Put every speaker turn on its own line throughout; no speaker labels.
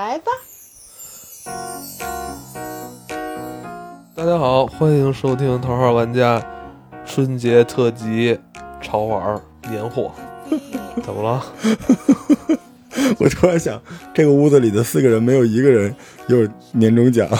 来吧，
大家好，欢迎收听《头号玩家》春节特辑潮玩 儿年货。怎么了？
我突然想，这个屋子里的四个人没有一个人有年终奖，
啊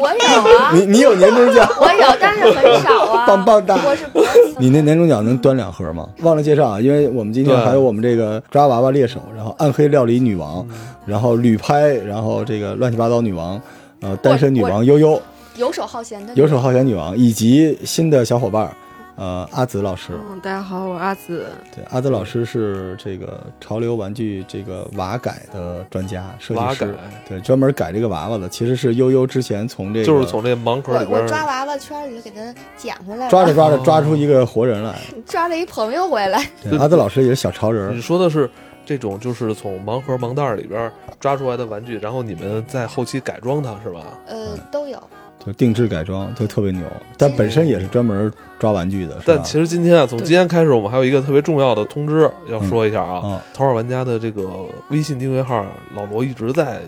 我有啊，，
你你有年终奖
我有，但是很少啊。
棒棒哒
我是脖子。
你那年终奖能端两盒吗？忘了介绍啊，因为我们今天
对
还有我们这个抓娃娃猎手，然后暗黑料理女王，
嗯
然后旅拍，然后这个乱七八糟女王，呃，单身女王悠悠，
游手好闲的你
游手好闲女王，以及新的小伙伴儿，呃，阿紫老师。
嗯，大家好，我是阿紫。
对，阿紫老师是这个潮流玩具这个瓦改的专家设计
瓦
师
改，
对，专门改这个娃娃的，其实是悠悠之前从这个
就是从这盲
我
盒里边
我抓
儿
娃娃圈里就给他捡回来了，
抓着抓着
哦
抓出一个活人来。
嗯
抓了一朋友回来，
对
对
阿紫老师也是小潮人
你
儿，
说的是这种，就是从盲盒盲袋儿里边儿抓出来的玩具，然后你们在后期改装它，是吧？
呃，都有。
就定制改装都特别牛，但本身也是专门抓玩具的，是
但
吧？
其实今天啊，从今天开始，我们还有一个特别重要的通知要说一下啊。
嗯嗯
头号玩家的这个微信订阅号，老罗一直在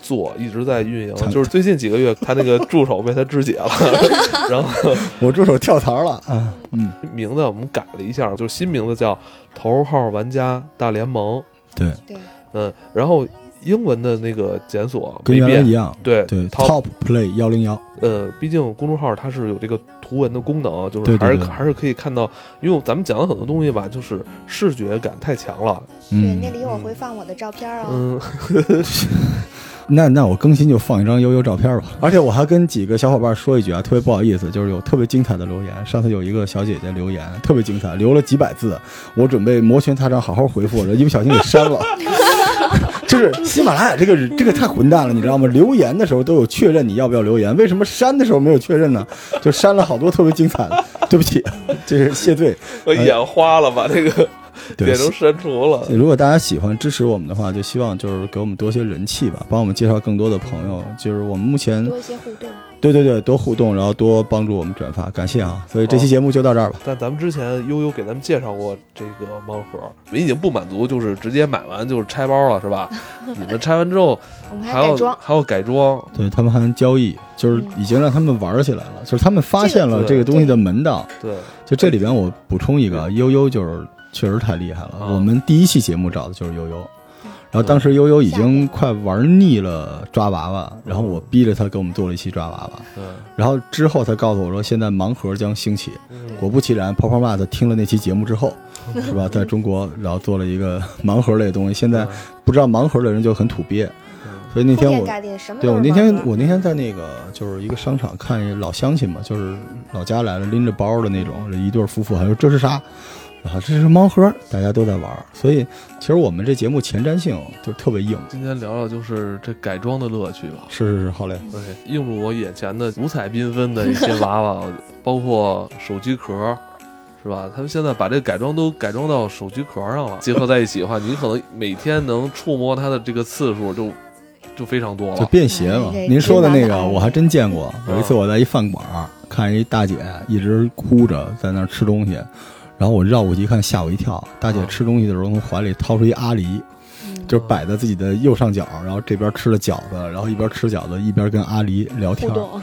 做，一直在运营。
他
就是最近几个月，他那个助手被他肢解 了， 然后
我助手跳槽了啊，嗯，
名字我们改了一下，就是新名字叫“头号玩家大联盟
对，
对，”。
嗯，然后英文的那个检索
跟
没
原来
变
一。样。
对
对
，Top
，Top Play 幺零幺，
呃，毕竟公众号它是有这个图文的功能，就是
对对
还是
对
还是可以看到，因为咱们讲的很多东西吧，就是视觉感太强了，
对，
嗯
那，里有我会放我的照片啊。
嗯，
那那我更新就放一张悠悠照片吧。而且我还跟几个小伙伴说一句啊，特别不好意思，就是有特别精彩的留言。上次有一个小姐姐留言特别精彩，留了几百字，我准备摩拳擦掌好好回复，然后一不小心给删了。 就是喜马拉雅这个这个太混蛋了，你知道吗？留言的时候都有确认你要不要留言，为什么删的时候没有确认呢？就删了好多特别精彩的，对不起， 这是谢罪。
我眼花了，把这个
对
点，成删除了。
如果大家喜欢支持我们的话，就希望就是给我们多些人气吧，帮我们介绍更多的朋友。就是我们目前
多一些互动，
对对对，多互动，然后多帮助我们转发，感谢啊！所以这期节目就到这儿吧。
但咱们之前悠悠给咱们介绍过这个盲盒，我们已经不满足，就是直接买完就是拆包了，是吧？你们拆完之后
我们
还
改
要
装。
还要改装，
对他们还能交易，就是已经让他们玩起来了，就是他们发现了
这
这
个
个东西的门道。
对，
就这里边我补充一个啊，悠悠就是确实太厉害了。
啊
我们第一期节目找的就是悠悠，
嗯
然后当时悠悠已经快玩腻了抓娃娃，然后我逼着他给我们做了一期抓娃娃，
对，
然后之后他告诉我说现在盲盒将兴起，
嗯
果不其然泡泡玛特听了那期节目之 后，是吧，在中国然后做了一个 盲盒类的东西，现在。不知道盲盒的人就很土鳖，
嗯
所以那
铺
天
天
我
盖地，什么
对
都
我
是
那
盲
天
盒
我那天在那个就是一个商场看一老乡亲嘛，就是老家来了拎着包的那种，一对夫妇还说这是啥？然后这是盲盒，大家都在玩儿，所以其实我们这节目前瞻性就特别硬。
今天聊聊就是这改装的乐趣吧。
是是是，好嘞，
对，映入我眼前的五彩缤纷的一些娃娃，包括手机壳儿，是吧？他们现在把这个改装都改装到手机壳儿上 了，结合在一起的话，你可能每天能触摸它的这个次数就就非常多
就
了。
便携嘛。
哎
您说的那
这
个
玩意儿
我还真见过，有一次我在一饭馆儿看一大姐一直哭着在那儿吃东西，然后我绕过去一看，吓我一跳，大
啊
姐吃东西的时候从怀里掏出一阿狸。
嗯
就是摆在自己的右上角，然后这边吃了饺子，然后一边吃饺子一边跟阿狸聊天
互，动，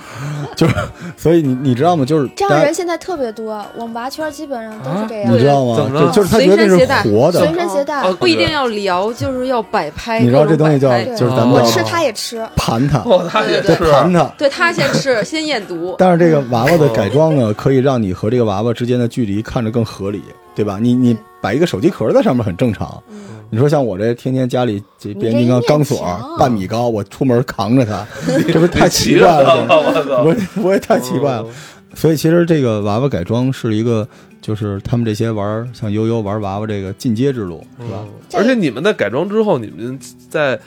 所以你你知道吗？就是
这样
大家
人现在特别多，我们娃圈基本上都是这样
你，知道吗
怎？么
就
了
就是他觉得那
随身携
是
带
活
随
的，哦
身携带。
啊
不一定要聊，就是要摆拍。
你知道这
各种
东西叫
摆拍
对
就是咱
哦
们
我
要
吃他也吃，
盘它，
哦，它也
对
是，
盘它。
对他先吃，先验毒。
但是这个娃娃的改装呢，可以让你和这个娃娃之间的距离看着更合理，对吧？你你摆一个手机壳在上面很正常。你说像我这天天家里这变形金刚钢索
你这一面墙
半米高，我出门扛着它，这不是太奇怪 了吗？
我操，
我也我也太奇怪了。所以其实这个娃娃改装是一个，就是他们这些玩儿像悠悠玩娃娃这个进阶之路，
嗯，
是
是
吧？
而且你们在改装之后，你们在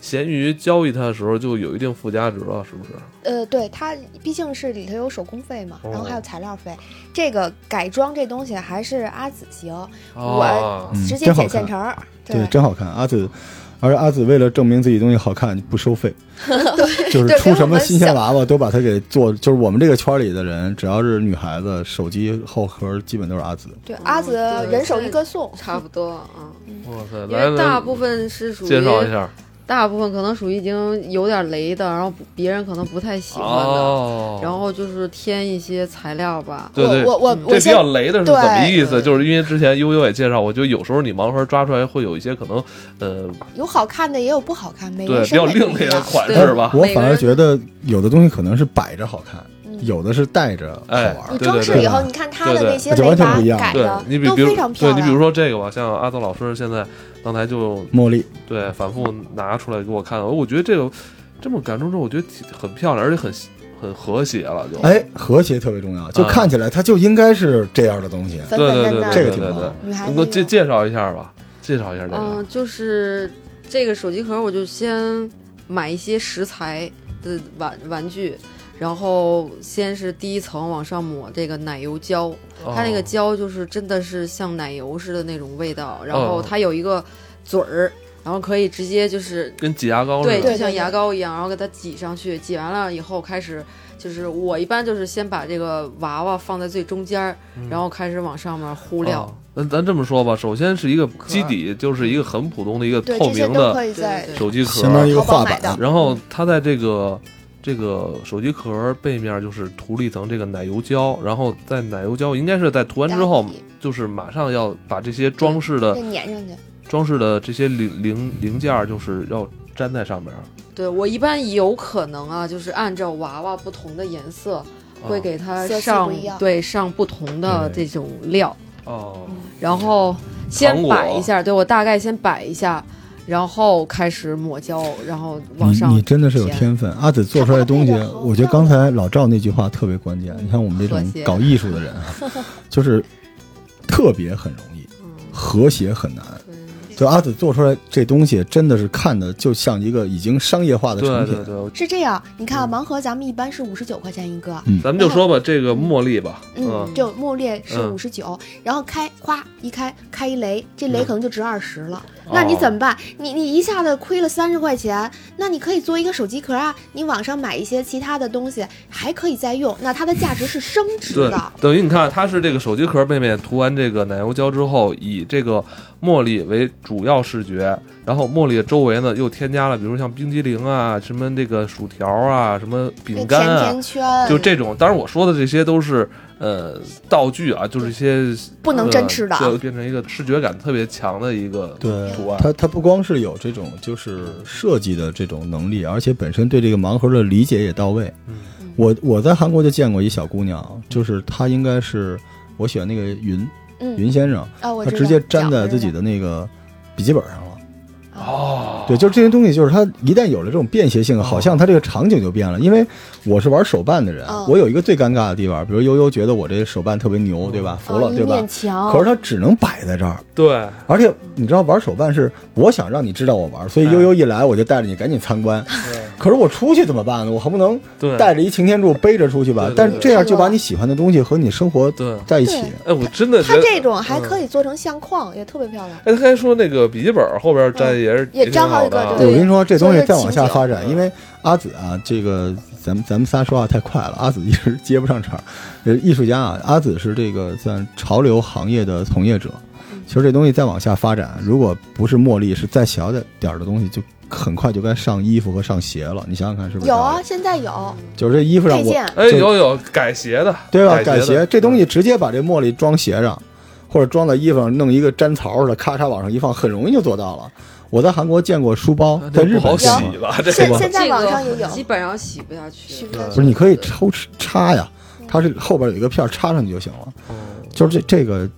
闲鱼交易它的时候就有一定附加值了，是不是？
呃，对，它毕竟是里头有手工费嘛，然后
哦
还有材料费。这个改装这东西还是阿紫行，
啊
嗯
直接
真好
剪现
看
成儿。
对，真好看。阿紫，而阿紫为了证明自己东西好看，不收费，就是
对
出
跟
什
我
么
们
新鲜
想
娃娃都把它给做，就是我们这个圈里的人，只要是女孩子，手机后壳基本都是阿紫。
对，阿紫
对
人手一个送，
差不多啊。
哇塞，
因
来
为大
来，
部分是属于
介绍一下
大部分可能属于已经有点雷的，然后不别人可能不太喜欢的，
哦，
然后就是添一些材料吧。
对对，
我我
嗯这
我
比
先
较雷的是怎么意思？
对
就是因为之前悠悠也介绍，我觉得有时候你盲盒抓出来会有一些可能，呃，
有好看的也有不好看，
哎
每个
对
人
比较
审美不
另类
一
的
样。
款
对
式吧。
我
每个
反而
人
觉得有的东西可能是摆着好看，
嗯
有的是戴着好
哎
玩儿。
你
对对
装饰
对
以后，
对
你看它的
对对
那些
而且
雷
完全
达
不一样
改
对
的
你比
都
比如
非常漂
对
亮。
你比如说这个吧，像阿豆老师现在刚才就
茉莉，
对反复拿出来给我看，我觉得这个这么感触之后，我觉得挺很漂亮，而且很很和谐了，就
哎，和谐特别重要，就
啊
看起来它就应该是这样的东西。
粉
对
粉嫩
对对对
嫩，
这个
对
挺
对
好
对，
女孩
能
子
够
那
介
种
介绍一下吧，介绍一下这个
嗯，就是这个手机壳，我就先买一些食材的玩玩具，然后先是第一层往上抹这个奶油胶，
哦
它那个胶就是真的是像奶油似的那种味道，然后
哦
它有一个嘴儿，然后可以直接就是
跟挤牙膏似
对，
的，
就
对
像
对
牙
对
膏一样，然后给它挤上去，挤完了以后开始。就是我一般就是先把这个娃娃放在最中间儿，然后开始往上面糊料，
嗯哦那咱这么说吧，首先是一个基底，就是一个很普通的一个
对
透
这些
明
都
的
可以
对
在
对
手机壳，
相当于一个
淘宝
画
买
板
的，
然后它在这个这个手机壳背面就是涂了一层这个奶油胶，然后在奶油胶应该是在涂完之后呃
压底，
就是马上要把这些装饰的
就粘上去。
装饰的这些零零零件儿，就是要粘在上面儿。
对我一般有可能啊，就是按照娃娃不同的颜色，
哦
啊
会给它
色系
上
不一样
对上不同的
对
这种料，
哦，
然后先
糖果
摆一下，对我大概先摆一下，然后开始抹胶，然后往
你
上
你真的是有
填
天分。阿紫做出来的东西
他把它配得，好
我觉得刚才老赵那句话特别关键。你看我们这
和
种
谐
搞艺术的人 啊，就是特别很容易，
嗯
和谐很难。
对
嗯
就阿紫做出来这东西，真的是看的就像一个已经商业化的
对
产品
对。对，
是这样，你
嗯
看啊，盲盒咱们一般是五十九块钱一个，
咱们就说吧，这个茉莉吧，
嗯，就木列是
嗯
五十九，然后开哗一开开一雷，这雷
嗯
可能就值二十了，
哦
啊
那你怎么办？你你一下子亏了三十块钱，那你可以做一个手机壳啊，你网上买一些其他的东西还可以再用，那它的价值是升值
对
的。，
等于你看，它是这个手机壳背面涂完这个奶油胶之后，以这个茉莉为主要视觉，然后茉莉的周围呢又添加了，比如像冰激凌啊、什么这个薯条啊、什么饼
甜
干啊，
呃甜圈
就这种。当然我说的这些都是呃道具啊，就是一些
不能真吃的啊
呃
就变成一个视觉感特别强的一个
对
图案。
它它不光是有这种就是设计的这种能力，而且本身对这个盲盒的理解也到位。
嗯
我我在韩国就见过一小姑娘，就是她应该是我喜欢那个云
嗯
云先生，
啊，我
她
知
直
道
接粘在
饺子
自己
是吧
的那个笔记本上了。
哦，
对，就是这些东西，就是它一旦有了这种便携性，好像它这个场景就变了。因为我是玩手办的人
哦，
我有一个最尴尬的地方，比如悠悠觉得我这手办特别牛，对吧？服
哦
了，
一
对吧
面？墙，
可是它只能摆在这儿，
对，
而且你知道玩手办是我想让你知道我玩，所以
嗯
悠悠一来我就带着你赶紧参观。可是我出去怎么办呢？我还不能
对
带着一擎天柱背着出去吧
对对？
但是这样
对
就把你喜欢的东西和你生活
对
在一起
对。
哎，我真的觉
它
得
这种还
嗯
可
以。
以做成相框，也特别漂亮。
哎，他刚才说那个笔记本后边粘
嗯
也是
也
挺
粘好
好
几
的
个
啊
对
我跟你说，这东西再往
做一个情
下
景嗯
发展，因为阿紫啊，这个咱们咱们仨说话太快了，阿紫一直接不上茬儿。呃，艺术家啊，阿紫是这个算潮流行业的从业者。
嗯
其实这东西再往下发展，如果不是茉莉，是再小点点儿的东西，就很快就该上衣服和上鞋了。你想想看，是不是？
有啊，，现在有
就是这衣服上
配
我，
件，
哎，
这
有有改鞋的，
对吧？
改
改
的嗯
鞋这东西直接把这茉莉装鞋上，或者装在衣服上，弄一个粘槽似的，咔嚓往上一放，很容易就做到了。我在韩国见过书包，
啊那
在日
不好
本
洗
见过。
吧？这
现
吧
现在
这
网
个
上也有，
基本上洗不下去
是。不
不是，
是
你可以抽插呀，它是后边有一个片儿插上去就行了。就是这这个，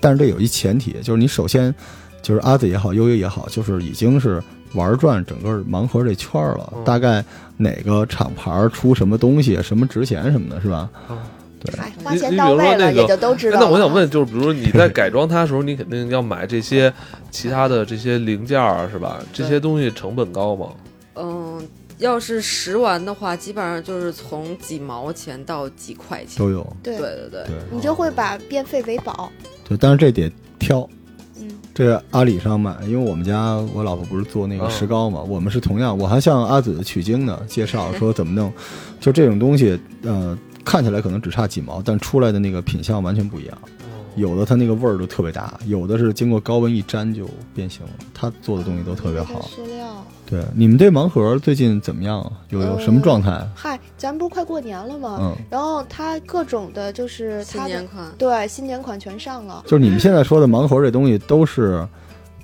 但是这有一前提，就是你首先就是阿紫也好，悠悠也好，就是已经是玩转整个盲盒这圈儿了，
嗯
大概哪个厂牌儿出什么东西，什么值钱什么的，是吧？嗯
哎
你
花
你比
钱到
如说
位
那
了，
个
也就
哎
都知道了。
哎那我想问，就是比如说你在改装它的时候，你肯定要买这些其他的这些零件儿，啊是吧？这些东西成本高吗？
嗯，要是十完的话，基本上就是从几毛钱到几块钱。
都有。
对
对对对
对，
你就会把变废为宝。
对，但是这得挑，
嗯，
这个阿里上买，因为我们家我老婆不是做那个石膏嘛，我们是同样，我还向阿紫取经呢，介绍说怎么弄，就这种东西，呃，看起来可能只差几毛，但出来的那个品相完全不一样，有的它那个味儿就特别大，有的是经过高温一粘就变形了，他做的东西都特别好。
塑料。
对，你们对盲盒最近怎么样啊？有
呃
有什么状态？
嗨，咱不是快过年了吗？
嗯，
然后它各种的，就是
新
它的
年款，
对新年款全上了。
就是你们现在说的盲盒这东西都是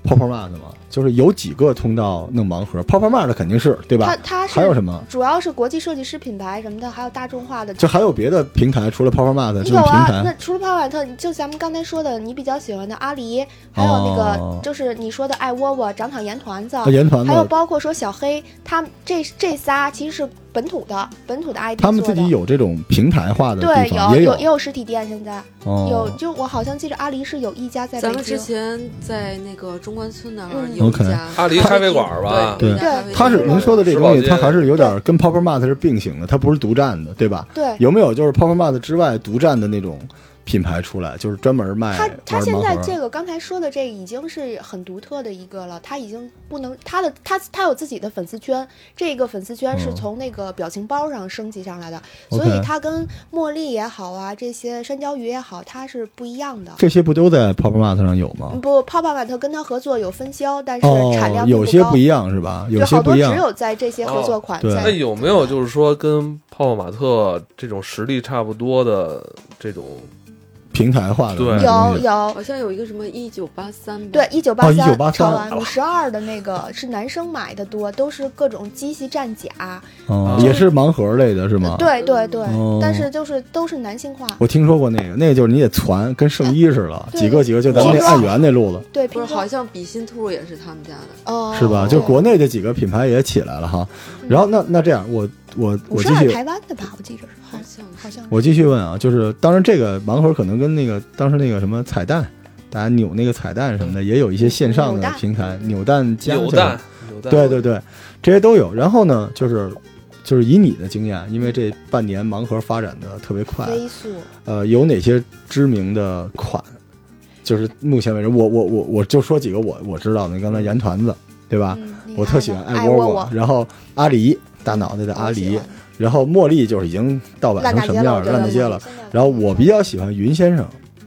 泡泡玛的吗？就是有几个通道弄盲盒，泡泡玛的肯定是对吧
它？它是
还有什么？
主要是国际设计师品牌什么的，还有大众化的。
就还有别的平台，除了泡泡玛的这
有
种平
啊，那
台，
除了泡泡特，就咱们刚才说的，你比较喜欢的阿狸，还有那
哦
个就是你说的爱窝窝、长草盐团子，
啊，研团
还有
的，
包括说小黑，他们这这仨其实是本土的本土的 IP
他们自
做
己
的
有这种平台化的
对
地方，也
有也有实体店，现在有
哦，
就我好像记着阿狸是有一家在
咱
北
们之
京，
前在那个中关村那儿
嗯
有一
OK
家
阿狸咖啡馆儿吧
对，有一
对
家咖啡
它是
馆
您说的这
石
东
宝
西，
街
它还是有点跟泡泡玛它是并行的，它不是独占的，对吧？
对，
有没有就是泡泡玛的之外独占的那种品牌出来，就是专门卖
他他
哎玩
现在
盲盒？
这个刚才说的这已经是很独特的一个了，他已经不能他的他他有自己的粉丝圈，这个粉丝圈是
嗯
从那个表情包上升级上来的，
OK
所以他跟茉莉也好啊，这些山椒鱼也好，它是不一样的。
这些不都在泡泡玛上有吗？
不，泡泡玛特跟他合作有分销，嗯但是产
哦
量，并
有些
高
不一样是吧？有
对，
些
好
不
多
一
只
样。
有在这些合作款
哦对
在
哎
那。有没有就是说跟泡泡玛特这种实力差不多的这种？
平台化的
对
那种
有
东西
有，
好像有一个什么一九八三吧，
对，，一九八
1983
三潮
哦
玩五十二的那个是男生买的多，都是各种机器战甲，
哦
嗯
也是盲盒类的是吗？，
对对对
哦，
但是就是都是男性化。
我听说过那个，那个就是你得攒，跟圣衣似的，
对
几个几个，就咱们那
我
按元那路子
对，
不
平
是
时
好像比心兔也是他们家的，
哦，
是吧？
对
就国内这几个品牌也起来了哈。然后那那这样，我我
五
我
十
继
二
续
台湾的吧，我记着是，好
好
像
像是
好像是
我继续问啊，就是当然这个盲盒可能跟那个当时那个什么彩蛋，大家扭那个彩蛋什么的，也有一些线上
扭
的
蛋
平台，扭蛋加
有
起来
蛋，有蛋，
对对对，这些都有。然后呢，就是就是以你的经验，因为这半年盲盒发展的特别快，
飞速，
呃，有哪些知名的款？就是目前为止，我我我我就说几个我我知道的，刚才盐团子，对吧？
嗯，你
啊我
看
特喜欢哎
看
爱
窝
窝窝，然后阿狸大脑袋的阿
我喜
狸
欢，
然后茉莉就是已经盗版
烂大
成什
街了，我
么样了，
觉
烂
得
大街
我
了。
现在
然后我比较喜欢云先生，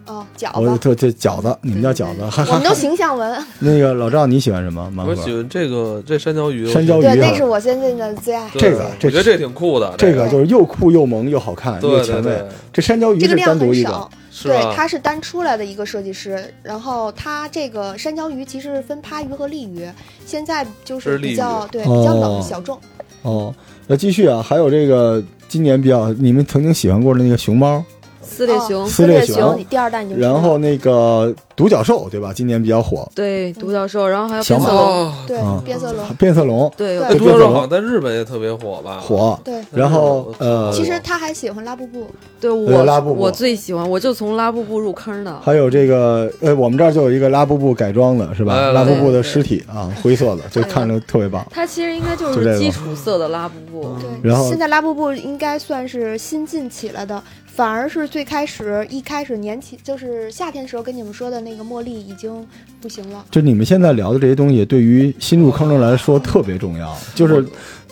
哦饺
我
子，
特这哦饺子，你们叫饺子，哈
嗯我
哈
们。都形象文，
那个老赵，你喜欢什么盲
我喜
盒？
欢这个这山椒鱼，
山椒鱼
对，那
啊
是我现在的最爱。
对
这个这
我觉得这挺酷的，
这
个
个就是又酷又萌又好看又
对对
前卫
对。，
这山椒鱼
这
是
个量
单独
很
一
少
个，，
是
对，
吧？
他是单出来的一个设计师。然后他这个山椒鱼其实分趴鱼和鲤鱼，现在就是是
鲤鱼
比较对比较冷
哦
小众。
哦。那继续啊，还有这个今年比较你们曾经喜欢过的那个熊猫，
撕裂
哦
熊，
撕裂熊
你第二代你就知道
然后那个独角兽，对吧？今年比较火，
对，独角兽，然后还有
小
变
马
色龙，
哦，
对
嗯
变色龙，
变色龙
对，有
对
那
这
多肉
种
好像在日本也特别火吧？
火，
对。
然后呃，
其实他还喜欢拉布布，
对
对
我
拉布布
我最喜欢，我就从拉布布入坑的，
还有这个呃，我们这儿就有一个拉布布改装的，是吧？
来来
拉
来
布布的
哎对
尸体啊，灰色的，就看着特别棒。
它其实应该就
就这个嗯
是基础色的拉布布，
嗯
对，
然后
现在拉布布应该算是新进起来的，反而是最开始一开始年起就是夏天时候跟你们说的那个茉莉已经不行了。
就你们现在聊的这些东西，对于新入坑的来说特别重要，就是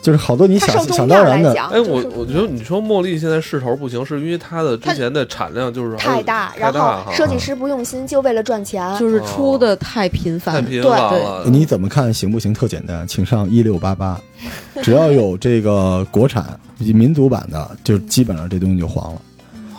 就是好多你
它
想
受
想
众
当
量
然
来
的，
讲，
哎，
就是
我我觉得你说茉莉现在势头不行，是因为它的之
它
前的产量就是还
太
是
大，
太
然
大
后
哈
设计师不用心，就为了赚钱。
就是出的太频
哦太
繁，
频
对
繁了。
你怎么看行不行？特简单，请上一六八八，只要有这个国产民族版的，就基本上这东西就黄了。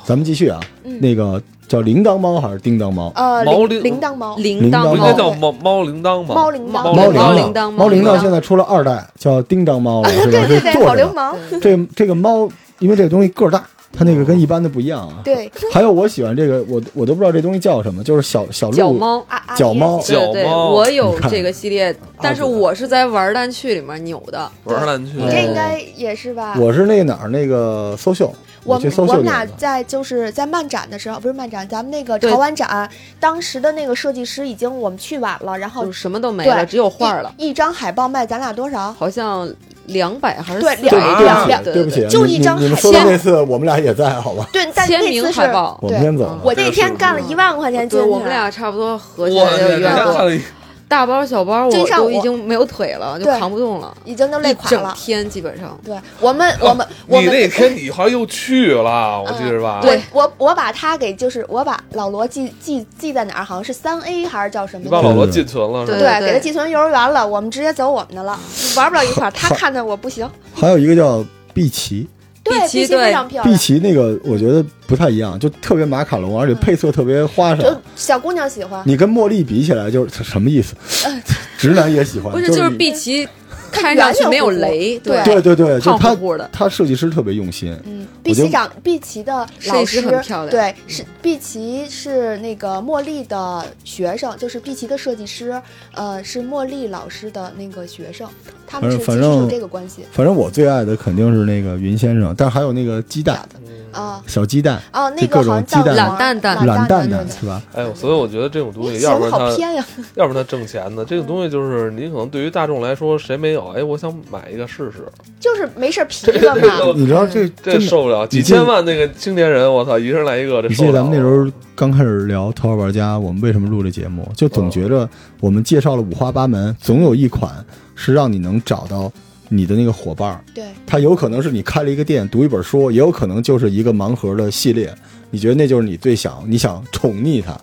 咱们继续啊，
嗯
那个叫铃铛猫还是叮当猫？
呃，
毛
铃
铃
铃铛 猫，
铃
铛
不
铛
应该
猫
叫猫猫铃铛吗？
猫铃铛
猫
猫
铃
铃
铛
铛
猫
猫
铃
铃
铛
铛
现在出了二代，叫叮当猫了，
啊
是吧？
对对
是
对，
坐
好
着
流
的。
氓，
这这个猫，因为这个东西个儿大，它那个跟一般的不一样啊。。
对，
还有我喜欢这个，我我都不知道这东西叫什么，就是小小鹿
角猫。
啊啊，
角猫
对对，
角猫
我有这个系列，但是我是在玩蛋去里面扭的，
玩儿烂去
你
了。
这应该也是吧？
嗯我是那个哪儿那个搜秀，
我
去
们
搜
我
秀
们
去
俩
了。
在就是在漫展的时候，不是漫展，咱们那个
对
潮玩展，当时的那个设计师已经我们去晚了，然后
就什么都没了，
对
只有画儿了，
一一张海报卖咱俩多少？
好像两百还是
对
400
两
对
两
啊
两
不起，对不起，
就
你
一张
你你们
海
说的
鲜
那次我们俩也在，好吧？
对，但
签
那
名
次是
海报
我们先走
嗯
了。
我那天干了一万块钱进
对
去，
我们俩差不多合起
我
来有
天，
一
大
万
家看
多，
了一
大包小包
真
我
上
都
我
已经没有腿了，就
对
扛不动了，
已经都累
一
垮
整
了。
天哦基本上。
对我们，我们，我
你
们嗯
那天你好像又去了，我记着吧？
对
我我我把他给就是我把老罗记记记在哪儿？好像是三 A 还是叫什么的？
你把老罗进群了是
对
吧？
对，给他
对
寄存幼儿园了，我们直接走我们的了，玩不了一块儿。他看的我不 行，
还有一个叫碧琪，
对，
碧琪
碧琪非
对
常漂
碧
亮，
琪那个我觉得不太一样，就特别马卡龙，而且配色特别花哨
就。小姑娘喜欢。
你跟茉莉比起来，就是什么意思？ 直男也喜欢，
呃不是，
就
就是
你
碧琪看上去没有雷，
对
对，
对对对，就是
胖
他
乎乎的，
他设计师特别用心，
嗯，
我
碧
觉得
琪长碧琪的
设
老
计
师
师很漂亮嗯
对，是碧琪是那个茉莉的学生，就是碧琪的设计师，呃，是茉莉老师的那个学生，他们是其
反
实
正
是这个关系
反正我最爱的肯定是那个云先生，但是还有那个鸡蛋，
嗯
啊。
小鸡蛋，
哦，那
就各
个
种
好像
鸡蛋
叫
懒蛋
懒
蛋
蛋
蛋
蛋是吧？
哎呦，所以我觉得这种东
你
西，
喜
要不
欢
然
哎好
他，
偏呀！
要不然他挣钱呢。这个东西就是你可能对于大众来说，谁没有？哎，我想买一个试试，
就是没事儿皮了嘛。
你知道这
这
真的，
受不了，
你
几
记得
千万那个青年人，我操，一人来一个，这
你
受
记
不
得
了。
咱们那时候刚开始聊《淘宝玩家》，我们为什么录这节目？就
嗯
总觉着我们介绍了五花八门，总有一款是让你能找到你的那个伙伴儿。
对，
它有可能是你开了一个店，读一本书，也有可能就是一个盲盒的系列。你觉得那就是你最想你想宠溺它？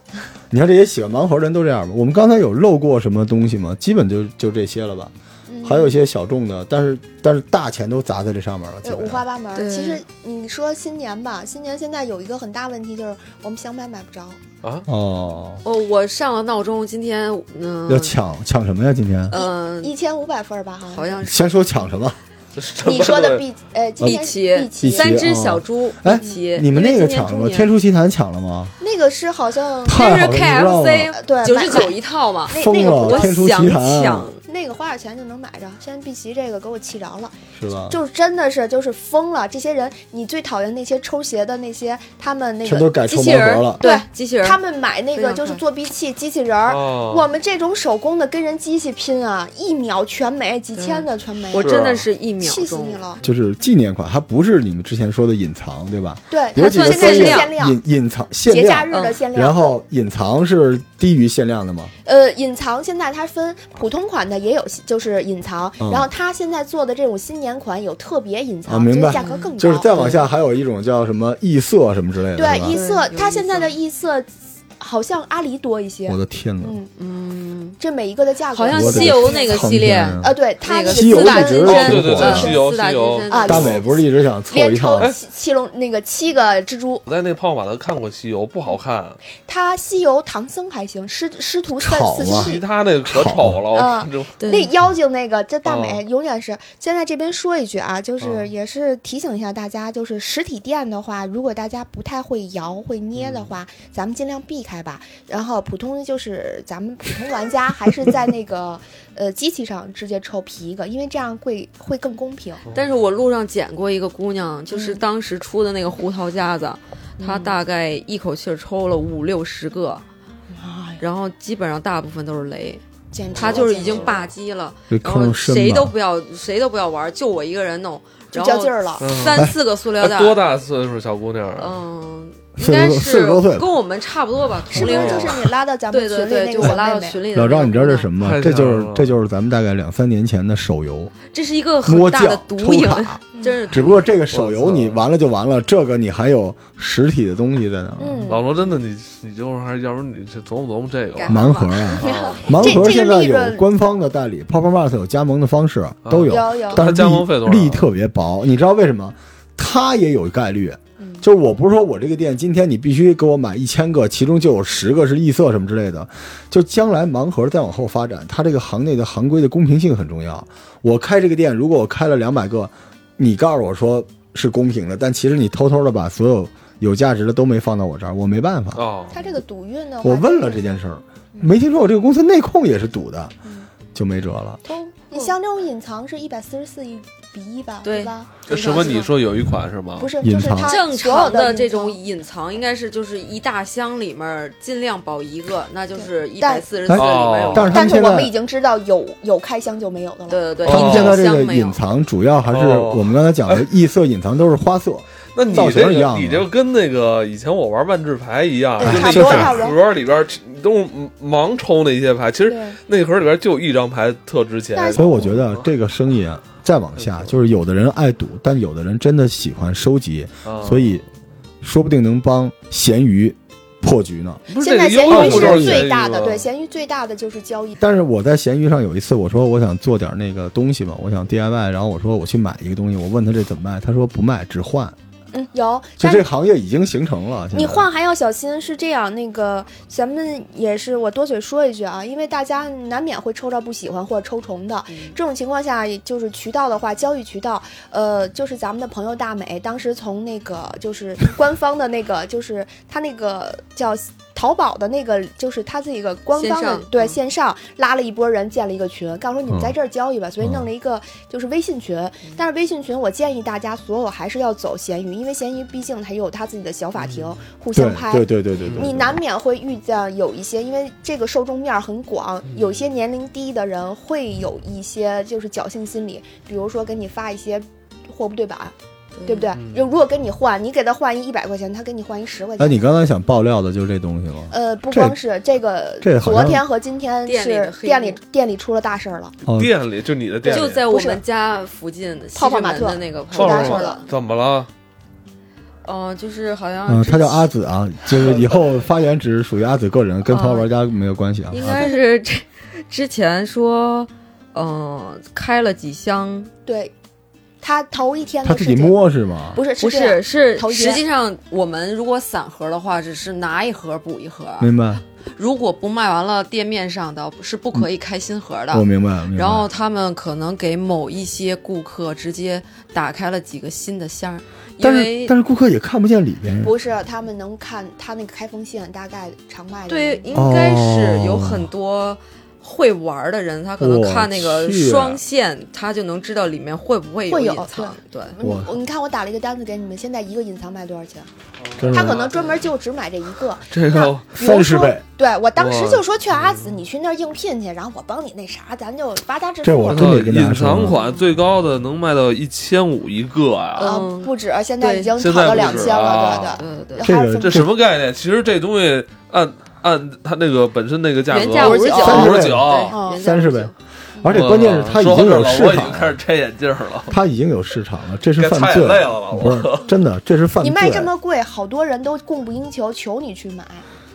你看这些喜欢盲盒的人都这样吧？我们刚才有漏过什么东西吗？基本就就这些了吧。
嗯
还有一些小众的，但是但是大钱都砸在这上面了，基
对
本
呃五
上
花八门儿。
对
其实你说新年吧，新年现在有一个很大问题就是我们想买买不着，
啊，
哦，
哦，我上了闹钟，今天嗯，
要抢抢什么呀？今天
嗯，
一千五百份儿吧，好
好
像。
像是
先说抢什么？
这是
你说的
什么
碧呃，今天是
碧琪
碧
碧
琪
琪
三只小猪，
哎
碧琪，
你们
因为
那个
今年
抢了
中
吗？《
年
天书奇谭》抢了吗？
那个是好像呃
太
但是
好了，你知道
道吗
吗？
KFC 九十九一套嘛，
那
疯
那个
了，
不
我
《天书
想
奇谭》
抢，
那个花点钱就能买着，现在碧琪这个给我气着
啊
了，
是吧？
就是真的是就是疯了。这些人，你最讨厌那些抽鞋的那些，他们那
全都
个
改抽
机器
盲
人
盒
儿
了，，
对
机器人儿，
他们买那
非
个
常
就是
快
作弊器机器人儿，
哦
我们这种手工的跟人机器拼啊，一秒全没，几千的全没，
我
是
真的
啊
是一秒
气死你
钟，
了。
就是纪念款，还不是你们之前说的隐藏，对吧？
对，
有
它
几个
现在
分
是
野
限量，
隐隐藏限
节假
量，
日
嗯
的限量。
然后隐藏是低于限量的吗？
呃，隐藏现在它分普通款的也有，就是隐藏，
嗯
然后它现在做的这种新年款有特别隐藏，
啊明
这
白
个价格更高。
就是再往下还有一种叫什么异色什么之类的，
对
是吧
异色，
对有
它
异
现在
色
的异色好像阿狸多一些
我。的天哪！
嗯，
嗯，
这每一个的价格
好像
我的
西游那个系列
苍天啊
呃，对它
那
那
个
个
西游
四大
一直
金
都
金
身
对
挺
身，
对
火的
对西游
四大
西游
金身
啊
大美不是一直想凑
连
一
抽
套
哎
七七龙那个七个蜘蛛，
我在那胖马他看过西游，不好看，
他西游唐僧还行，师师徒三
吵
四
啊
世
其。他那个可丑了，我
啊
这种
对
那妖精那个，这大美
哦
永远是。现在这边说一句啊，就
哦
是也是提醒一下大家，就是实体店的话，如果大家不太会摇会捏的话，咱们尽量避开吧。然后普通就是咱们普通玩家还是在那个呃机器上直接抽皮一个，因为这样会会更公平。
但是我路上捡过一个姑娘，就是
嗯
当时出的那个胡桃夹子，她大概一口气儿抽了五六十个，
妈呀，
然后基本上大部分都是雷，
啊简直
她
了
就是
简
已
直
经
了
霸机了，
这
然
坑
后
深
谁
吧
都不要谁都不要玩，就我一个人弄，
就
然
较劲
后
儿了。
嗯
三四个塑料
哎
袋，
多大岁数小姑娘啊？
嗯，应
四十
该
多四
是
十多岁了
跟我们差不多吧，
是不
同龄
是
人
就。是你拉到咱们
对
群
对
里
对，
那
就
个
我
小
拉到
妹妹？
群里的
老
那个
赵，你知道这是
姑娘
什么
太
吗？
吓
这就
人
是
了
这就是咱们大概两三年前的手游
这是一个
摸
很大的
将
毒瘾
抽 卡，
真是
只不过这个手
我
游
操
你完了就完了，这个你还有实体的东西在那儿。
嗯，
老罗，真的你你就是还是要不然你这琢磨琢磨这个吧
改。
盲盒啊，
啊
盲
这这
盒
个
现在
利
有
润
官方的代理，Pop Mart 有加盟的方式啊
啊
都有，
有有
但
它
是
加盟费多少
利利特别薄，你知道为什么？它也有概率，
嗯
就是我不是说我这个店今天你必须给我买一千个，其中就有十个是异色什么之类的。就将来盲盒再往后发展，它这个行内的行规的公平性很重要。我开这个店，如果我开了两百个，你告诉我说是公平的，但其实你偷偷的把所有有价值的都没放到我这儿，我没办法。
哦，
他这个赌运的话，
我问了这件事儿，没听说我这个公司内控也是赌的
嗯，
就没辙了。
都，你像这种隐藏是一百四十四一鼻翼吧，
对
吧？
这什么？你
是吧
说有一款是吗？
不是，
隐
就是
藏
它
正
啊所有
常
的
这
隐藏
种隐藏应该是就是一大箱里面尽量保一个，那就是一百
但
四十四
但
里面有。
哦
但是他
但
们
是
现
我们已
在，
经知道有有开箱就没有的了。
对对对，
哦
他们
一
现在这
箱
个
没有
隐藏主要还是
哦
我们刚才讲的异色隐藏都是花色，
那你
造型
这
一样
个，
的
你这跟那个以前我玩万智牌一样，
对
就
哎差不多差
那个
不多
盒里边都是盲抽那些牌，其实
对，
那盒里边就有一张牌特值钱。
但是
所以我觉得这个生意啊，再往下就是有的人爱赌，但有的人真的喜欢收集，
啊
所以说不定能帮咸鱼破局呢。
不是
现
这
在
个
闲
优
鱼
惠不就是是
最
闲
大
鱼
的，
吗
对，闲鱼最大的就是交易。
但是我在闲鱼上有一次，我说我想做点那个东西嘛，我想 DIY，然后我说我去买一个东西，我问他这怎么卖，他说不卖，只换。
嗯，有，
就
但
这行业已经形成了。现在
你换还要小心，是这样，那个咱们也是，我多嘴说一句啊，因为大家难免会抽到不喜欢或者抽重的。
嗯
这种情况下，就是渠道的话，交易渠道，呃，就是咱们的朋友大美，当时从那个就是官方的那个，就是他那个叫淘宝的那个，就是他自己个官方的
线上
对
嗯
线上拉了一波人，建了一个群，告诉说你们在这儿交易吧，所以
嗯
弄了一个就是微信群。
嗯
但是微信群，我建议大家所有还是要走闲鱼，因为闲鱼毕竟它有它自己的小法庭，互
嗯对
相拍。
对对对对对，
你难免会遇见有一些，因为这个受众面儿很广，
嗯
有一些年龄低的人会有一些就是侥幸心理，比如说给你发一些货不对版，
嗯
对不？对？如如果跟你换，你给他换一一百块钱，他给你换一十块
哎，你
钱。
刚才想爆料的就是这东西了。
呃，不
这
光是这个，
这好
昨
像
天和今天
店里
是
的黑
店里
幕
店里出了大事儿了。
哦，
店里就你的店里
就在我
不是
们家附近西
泡泡
直
玛
门
特
的那个
出
放
大
泡泡
事
玛
儿
了
特
了，
怎么了？
嗯，就是好像
嗯，
之
他叫
前
阿紫啊，就是以后发言只属于阿紫个人，跟朋友玩家没有关系啊。
哦应该是这之前说，嗯、开了几箱，
对，他头一天
他
的
自
事
己
情
摸是吗？
不是
不
这样
是是
头一
实
天
际上我们如果散盒的话，只是拿一盒补一盒，啊
明白，
如果不卖完了，店面上的是不可以开新盒的。
我明白。我明白
然后他们可能给某一些顾客直接打开了几个新的箱儿，因
但是
为
但是顾客也看不见里边，
不是他们能看他那个开封线大概常卖的
对，
那个
应该是有很多会玩儿的人，他可能看那
我
个
去
双线，他就能知道里面会不会
会有
隐藏。对，
我
哇
我你看我打了一个单子给你们，现在一个隐藏卖多少钱？
真是
他可能专门就只买这一个。
这个
比如
30
说
倍，
对我当时
哇
就说劝阿紫，你去那儿应聘去，然后我帮你那啥，咱就发家致富。
这我真得跟大家
隐
说
藏款最高的能卖到一千五一个啊！
呃
嗯
不止，现在
对
已经
现
炒
在
到
不
两
止
千了
啊，
对
对对
对。
对，
这
还有
个
什
这
么
什么概念？其实这东西按按它那个本身那个价格
原价
59
五十
对
九，
哦
原价
三十
59
倍，而且关键是他已
说
经
到这儿
有
了
市
我已
场
经开
了
始，摘眼镜了。
他已经有市场了，这是
该
犯
擦
罪。
眼泪了吧我
不是真的，这是犯
你
罪。
卖这么贵，好多人都供不应求，求你去买，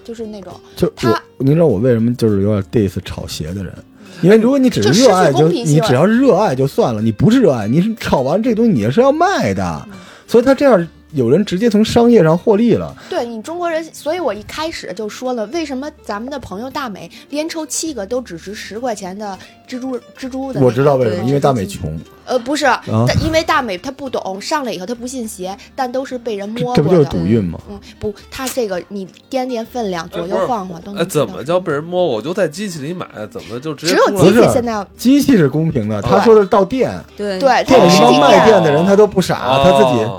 就是那种
就我
他，嗯
您知道我为什么就是有点 diss 炒鞋的人，因为如果你只是热爱，
就失去
就
公平性啊
你只要是热爱就算了，你不是热爱，你是炒完这东西你也是要卖的，
嗯
所以他这样有人直接从商业上获利了，
对你中国人，所以我一开始就说了，为什么咱们的朋友大美连抽七个都只值十块钱的蜘蛛蜘蛛的那个？
我知道为什么，
对
因为大美穷，
呃，不是，
啊
但因为大美她不懂，上来以后她不信邪，但都是被人
这
摸
这不就
过的。
是赌运吗？
嗯，不，他这个你掂掂分量，左右晃晃都能、
哎，怎么叫被？人摸？我就在机器里买，怎么就直接
嗯只有
出来
机
不
器
是
现在
机器是公平的，
对
他说的是到店，
对
对哦它
店
有
里
实
一
体
帮卖
店，
店的人他都不傻，
哦
啊
他自己。
己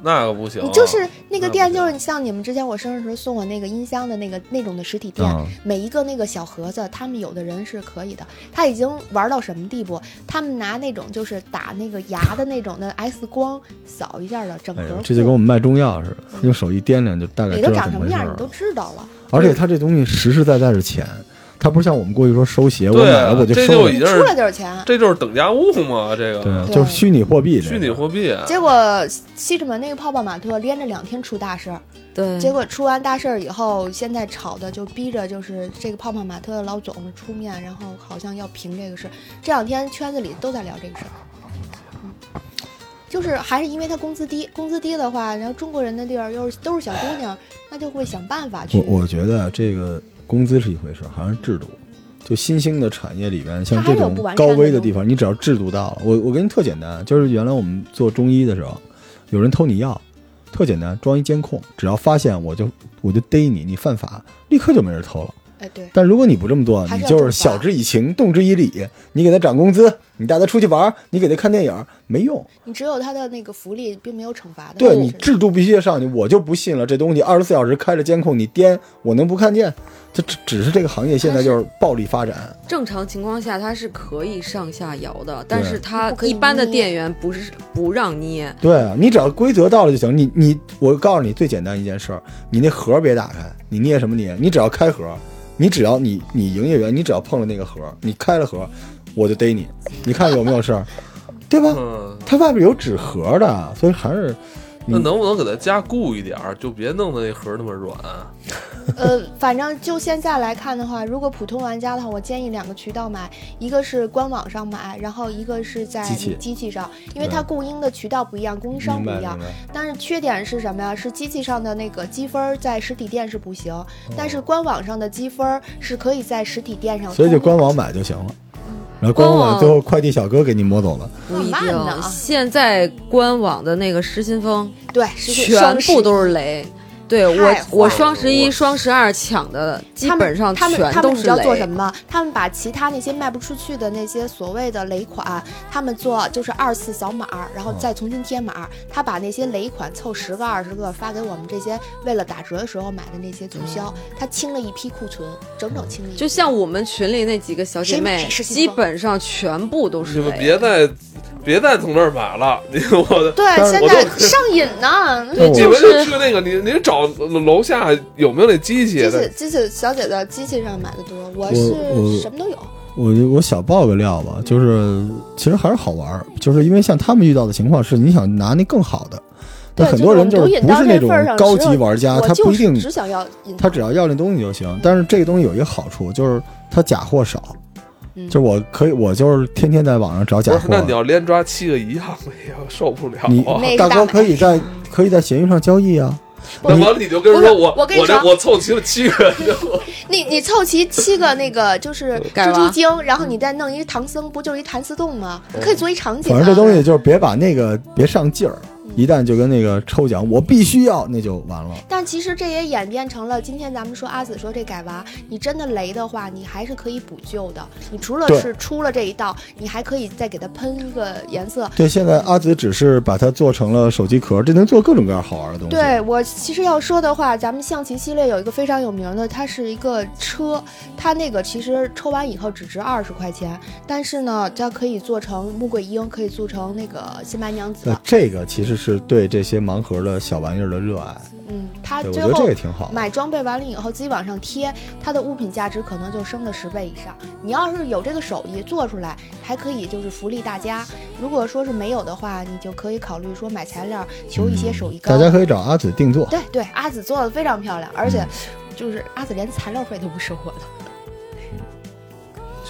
那个不
嗯
行，啊
你就是那个
那
店，
不
就是
行
像你们之前我生日时候送我那个音箱的那个那种的实体店，
嗯
每一个那个小盒子，他们有的人是可以的，他已经玩到什么地步？他们拿那种就是打那个牙的那种的 X 光扫一下的整
哎呦
盒，，
这就跟我们卖中药似的，用手一掂量就大概
里
知道
头
怎
长什么
么回事
样你嗯
儿
都
了。
知道了。
而且他这东西实实在在是钱，他不是像我们过去说收鞋，我买
对啊
了我就
这
收
就
了
已
你
经
出
是
来就是钱。啊
这就是等价物嘛，这
对，啊
个
对
就是虚拟货币这个，
虚拟货币。啊
结果西直门那个泡泡玛特连着两天出大事儿，
对，
结果出完大事儿以后，现在吵的就逼着就是这个泡泡玛特的老总出面，然后好像要评这个事儿。这两天圈子里都在聊这个事儿，嗯就是还是因为他工资低，工资低的话，然后中国人的地儿又是都是小姑娘，那就会想办法去
我。我觉得这个工资是一回事，好像是制度。就新兴的产业里边，像
它还
这
有
种
不完善的
高危的
东西
地方，你只要制度到了，我我给你特简单，就是原来我们做中医的时候，有人偷你药，特简单，装一监控，只要发现我就我就逮你，你犯法，立刻就没人偷了。
哎，对，
但如果你不这么做，
还是
你
要
就
重
是
罚
晓之以情，动之以理。你给他涨工资，你带他出去玩儿，你给他看电影儿，没用。
你只有他的那个福利，并没有惩罚的。
对
是
你制度必须得上去，我就不信了，这东西二十四小时开着监控，你颠我能不看见？这只只是这个行业现在就是暴力发展，
正常情况下它是可以上下摇的，但是它
不可以
一般的
捏
店员不是不让捏，
对啊，你只要规则到了就行。你你，我告诉你最简单一件事儿，你那盒儿别打开，你捏什么捏？你只要开盒儿，你只要你你营业员，你只要碰了那个盒儿，你开了盒儿，我就逮你，你看有没有事儿，对吧？
嗯，
它外边有纸盒的，所以还是
那能不能给它加固一点儿，就别弄得那盒儿那么软？
呃，反正就现在来看的话，如果普通玩家的话，我建议两个渠道买，一个是官网上买，然后一个是在
机器
上，因为它供应的渠道不一样，供应商
明
不一
白明
样。
白。
但是缺点是什么呀？是机器上的那个积分儿在实体店是不行，
哦
但是官网上的积分儿是可以在实体店上。
所以就官网买就行了。然后官
官
网买，
网
最后快递小哥给你摸走了。
不一
慢
定
呢。
现在官网的那个失心疯
对，是
全部都是雷。对我
太，
我
坏
双十
了
一、双十二抢的基
他们
本上
他们
全
他们
都
你
是
知道做什
雷
么。吗？他们把其他那些卖不出去的那些所谓的雷款，他们做就是二次扫码，然后再重新贴码。他把那些雷款凑十个二十个发给我们这些为了打折的时候买的那些促销，他清了一批库存，整整清理。
嗯就像我们群里那几个小姐
谁买
妹，
失心
基
疯
本上全部都
你
是
们
雷。
别再别再从这儿买了，你我的。
对，
但是
现
我
在
都
上瘾呢。
对，
你
就
们就是去那个，你你找楼下有没有那机器
嗯
机？
再
器机器小姐的机器上买的多，我
我啊
是什么都有。
我就我小爆个料吧，就是其实还是好玩儿，就是因为像他们遇到的情况是，你想拿那更好的，但
对
很
就
多
是我
人
们
就
毒
是
瘾
不
到
是
这
那
份
种
儿上
高
只
级
有
玩家，
我
他
就
不一
是
定
只想要瘾，
他只要要那东西就行。但是这个东西有一个好处，就是它假货少，
嗯
就是我可以我就是天天在网上找假
不是，
货啊
那。你要连抓七个一样的， 也受不了
你
啊！
那个
大哥
大
可以在可以在闲鱼上交易啊，
那完了你就跟人说
不是
我
我跟你
我这
说
我凑齐了七个，
你你凑齐七个那个就是
改
蜘蛛
娃
精，然后你再弄一唐僧，不就是一谭丝洞吗？可以做一场景、啊。
反正这东西就是别把那个别上劲儿，
嗯
一旦就跟那个抽奖，我必须要，那就完了。
但其实这也演变成了今天咱们说阿紫说这改娃，你真的雷的话，你还是可以补救的。你除了
对
是出了这一道，你还可以再给它喷一个颜色。
对，现在阿紫只是把它做成了手机壳，这能做各种各样好玩的东西。
对我其实要说的话，咱们象棋系列有一个非常有名的，它是一个车，它那个其实抽完以后只值二十块钱，但是呢，它可以做成穆桂英，可以做成那个新白娘子
那，这个其实是对这些盲盒的小玩意儿的热爱，
嗯，它
对我
最
觉得这
后
个挺好的。
买装备完了以后，自己往上贴，它的物品价值可能就升了十倍以上。你要是有这个手艺做出来，还可以就是福利大家。如果说是没有的话，你就可以考虑说买材料，求一些手艺高。
嗯大家可以嗯找阿紫定做，
对对，阿紫做的非常漂亮，而且就是阿紫连材料费都不收我的，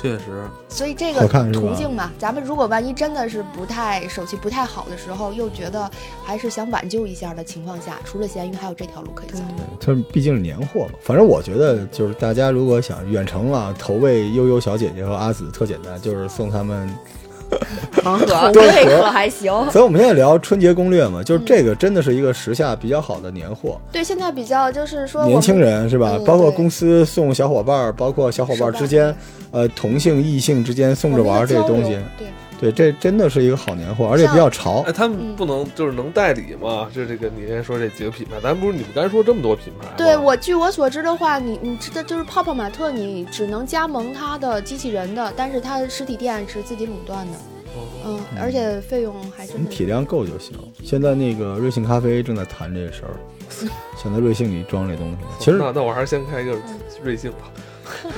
确实，
所以这
好
个
看是吧
途径嘛，咱们如果万一真的是不太手气不太好的时候，又觉得还是想挽救一下的情况下，除了闲鱼，还有这条路可以
嗯
走。
嗯
它毕竟是年货嘛。反正我觉得就是大家如果想远程啊投喂悠悠小姐姐和阿紫，特简单，就是送他们。
啊
盲盒
对对可
还行。
所以我们现在聊春节攻略嘛，
嗯
就是这个真的是一个时下比较好的年货，
对，现在比较就是说我
年
们
轻人是吧
嗯？
包括
对
公司送小伙伴儿，包括小伙伴儿之间，呃，同性异性之间送着玩儿这东西，，
对，
对，这真的是一个好年货，而且比较潮
哎，。他们
嗯
不能就是能代理吗？就这个你先说这几个品牌，咱不是你们刚才说这么多品牌吗？
对我据我所知的话，你你知道就是泡泡玛特，你只能加盟它的机器人的，但是它实体店是自己垄断的，
哦，
嗯，而且费用还真
你
的
体量够就行。现在那个瑞幸咖啡正在谈这个事儿， 想在瑞幸里装这东西。其实
那那我还是先开一个
嗯
瑞幸吧。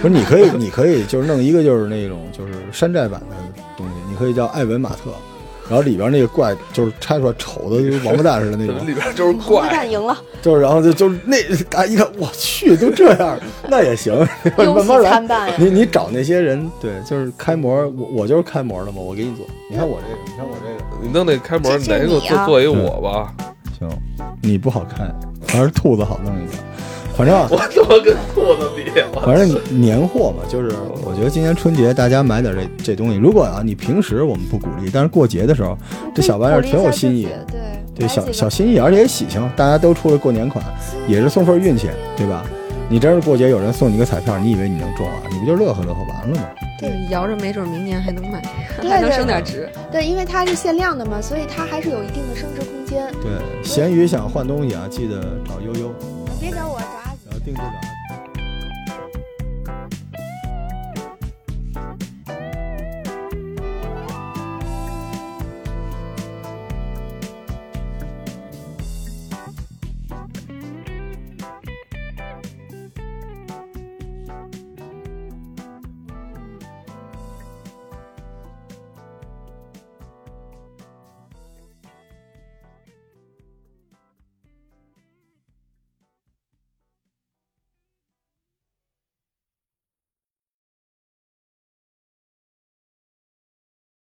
不是，你可以，你可以就是弄一个就是那种就是山寨版的东西，你可以叫艾文马特，然后里边那个怪就是拆出来丑的跟王八蛋似的那
怎么，
种
里边就是
我
怪？
看赢 了，
就是然后就就是那大家一看，我去，都这样了，那 也行，
忧
慢慢
喜
来
参。 半呀。
你你找那些人，对，就是开模，我我就是开模的嘛，我给你做，你看我这个，你看我这个。
你弄那开模，
这
哪
这
个给我
嗯你
做
啊
做一个我吧？
行，你不好看，还是兔子好弄一点。反正啊
我他妈跟兔子比，我
反正年货嘛，就是我觉得今年春节大家买点这这东西。如果啊，你平时我们不鼓励，但是过节的时候，这小玩意儿挺有新意
可以鼓励一下自己对
对
买
小
几个
小心意，而且也喜庆，大家都出来过年款，也是送份运气，对吧？你真是过节有人送你个彩票，你以为你能中啊？你不就乐呵乐呵完了吗？
对
摇着没准明年还能买，
对
还能
对
升点值。
对，因为它是限量的嘛，所以它还是有一定的升值空间。
对，闲鱼想换东西啊，记得找悠悠，
别找我，找阿紫
然。后定制的啊。